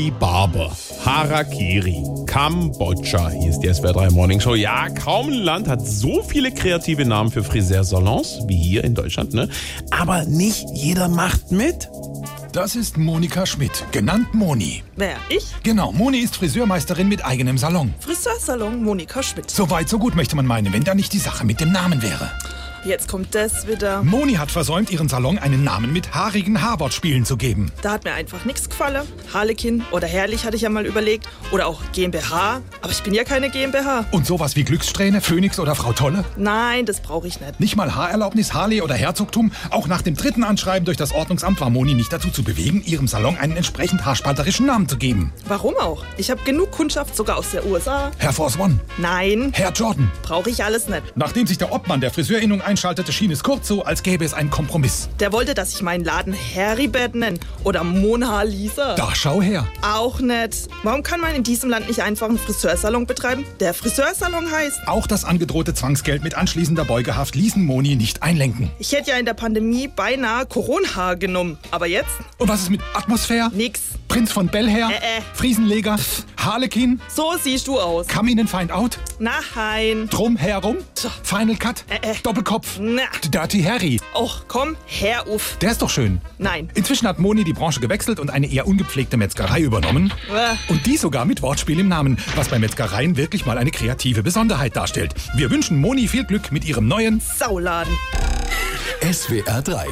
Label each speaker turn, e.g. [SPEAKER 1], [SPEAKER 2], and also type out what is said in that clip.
[SPEAKER 1] Alibaba, Harakiri, Kambodscha, hier ist die SWR3 Morning Show. Ja, kaum ein Land hat so viele kreative Namen für Friseursalons wie hier in Deutschland, ne? Aber nicht jeder macht mit.
[SPEAKER 2] Das ist Monika Schmidt, genannt Moni.
[SPEAKER 3] Wer? Ich?
[SPEAKER 2] Genau, Moni ist Friseurmeisterin mit eigenem Salon.
[SPEAKER 3] Friseursalon Monika Schmidt.
[SPEAKER 2] So weit, so gut möchte man meinen, wenn da nicht die Sache mit dem Namen wäre.
[SPEAKER 3] Jetzt kommt das wieder.
[SPEAKER 2] Moni hat versäumt, ihren Salon einen Namen mit haarigen Harvard-Spielen zu geben.
[SPEAKER 3] Da hat mir einfach nichts gefallen. Harlekin oder Herrlich hatte ich ja mal überlegt. Oder auch GmbH. Aber ich bin ja keine GmbH.
[SPEAKER 2] Und sowas wie Glückssträhne, Phoenix oder Frau Tolle?
[SPEAKER 3] Nein, das brauche ich nicht.
[SPEAKER 2] Nicht mal Haarerlaubnis, Harley oder Herzogtum. Auch nach dem dritten Anschreiben durch das Ordnungsamt war Moni nicht dazu zu bewegen, ihrem Salon einen entsprechend haarspalterischen Namen zu geben.
[SPEAKER 3] Warum auch? Ich habe genug Kundschaft sogar aus der USA.
[SPEAKER 2] Herr Force One,
[SPEAKER 3] Nein,
[SPEAKER 2] Herr Jordan.
[SPEAKER 3] brauche ich alles nicht.
[SPEAKER 2] Nachdem sich der Obmann der Friseurinnung einschaltete, schien es kurz so, als gäbe es einen Kompromiss.
[SPEAKER 3] Der wollte, dass ich meinen Laden Heribert nenne. Oder Mona Lisa.
[SPEAKER 2] Da schau her.
[SPEAKER 3] Auch nicht. Warum kann man in diesem Land nicht einfach einen Friseursalon betreiben, der Friseursalon heißt?
[SPEAKER 2] Auch das angedrohte Zwangsgeld mit anschließender Beugehaft ließen Moni nicht einlenken.
[SPEAKER 3] Ich hätte ja in der Pandemie beinahe Corona genommen. Aber jetzt?
[SPEAKER 2] Und was ist mit Atmosphäre?
[SPEAKER 3] Nix.
[SPEAKER 2] Prinz von Bellher?
[SPEAKER 3] Äh, äh.
[SPEAKER 2] Friesenleger? Harlekin?
[SPEAKER 3] So siehst du aus.
[SPEAKER 2] Kaminenfeind out?
[SPEAKER 3] Nein.
[SPEAKER 2] Drumherum? Final Cut?
[SPEAKER 3] Äh, äh.
[SPEAKER 2] Doppelkopf?
[SPEAKER 3] Na.
[SPEAKER 2] Dirty Harry?
[SPEAKER 3] Och, komm, her uff.
[SPEAKER 2] Der ist doch schön.
[SPEAKER 3] Nein.
[SPEAKER 2] Inzwischen hat Moni die Branche gewechselt und eine eher ungepflegte Metzgerei übernommen.
[SPEAKER 3] Äh.
[SPEAKER 2] Und die sogar mit Wortspiel im Namen, was bei Metzgereien wirklich mal eine kreative Besonderheit darstellt. Wir wünschen Moni viel Glück mit ihrem neuen
[SPEAKER 3] Sauladen.
[SPEAKER 4] SWR 3